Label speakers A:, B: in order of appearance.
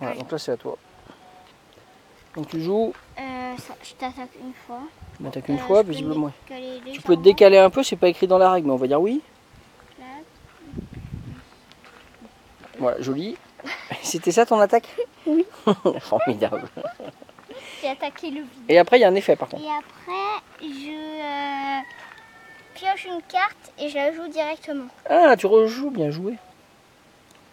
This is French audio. A: Voilà,
B: Ouais.
A: Donc là, c'est à toi. Donc tu joues,
B: Euh, ça- je t'attaque une fois.
A: tu m'attaques une
B: Euh,
A: fois,
B: je peux
A: visiblement.
B: décaler
A: Tu peux
B: légèrement,
A: te décaler un peu, c'est pas écrit dans la règle, mais on va dire oui.
B: là.
A: Voilà, joli. C'était ça ton attaque Oui. Formidable.
B: J'ai attaqué le vide.
A: Et après, il y a un effet par contre.
B: Et après, je euh, pioche une carte et je la joue directement.
A: Ah, tu rejoues, bien joué.